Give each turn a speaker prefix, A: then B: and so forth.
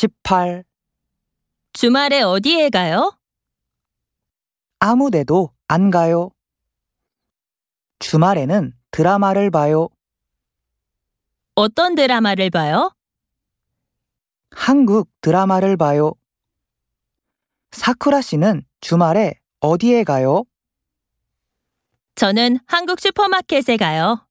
A: 18.
B: 주말에 어디에 가요?
A: 아무 데도 안 가요. 주말에는 드라마를 봐요.
B: 어떤 드라마를 봐요?
A: 한국 드라마를 봐요. 사쿠라 씨는 주말에 어디에 가요?
B: 저는 한국 슈퍼마켓에 가요.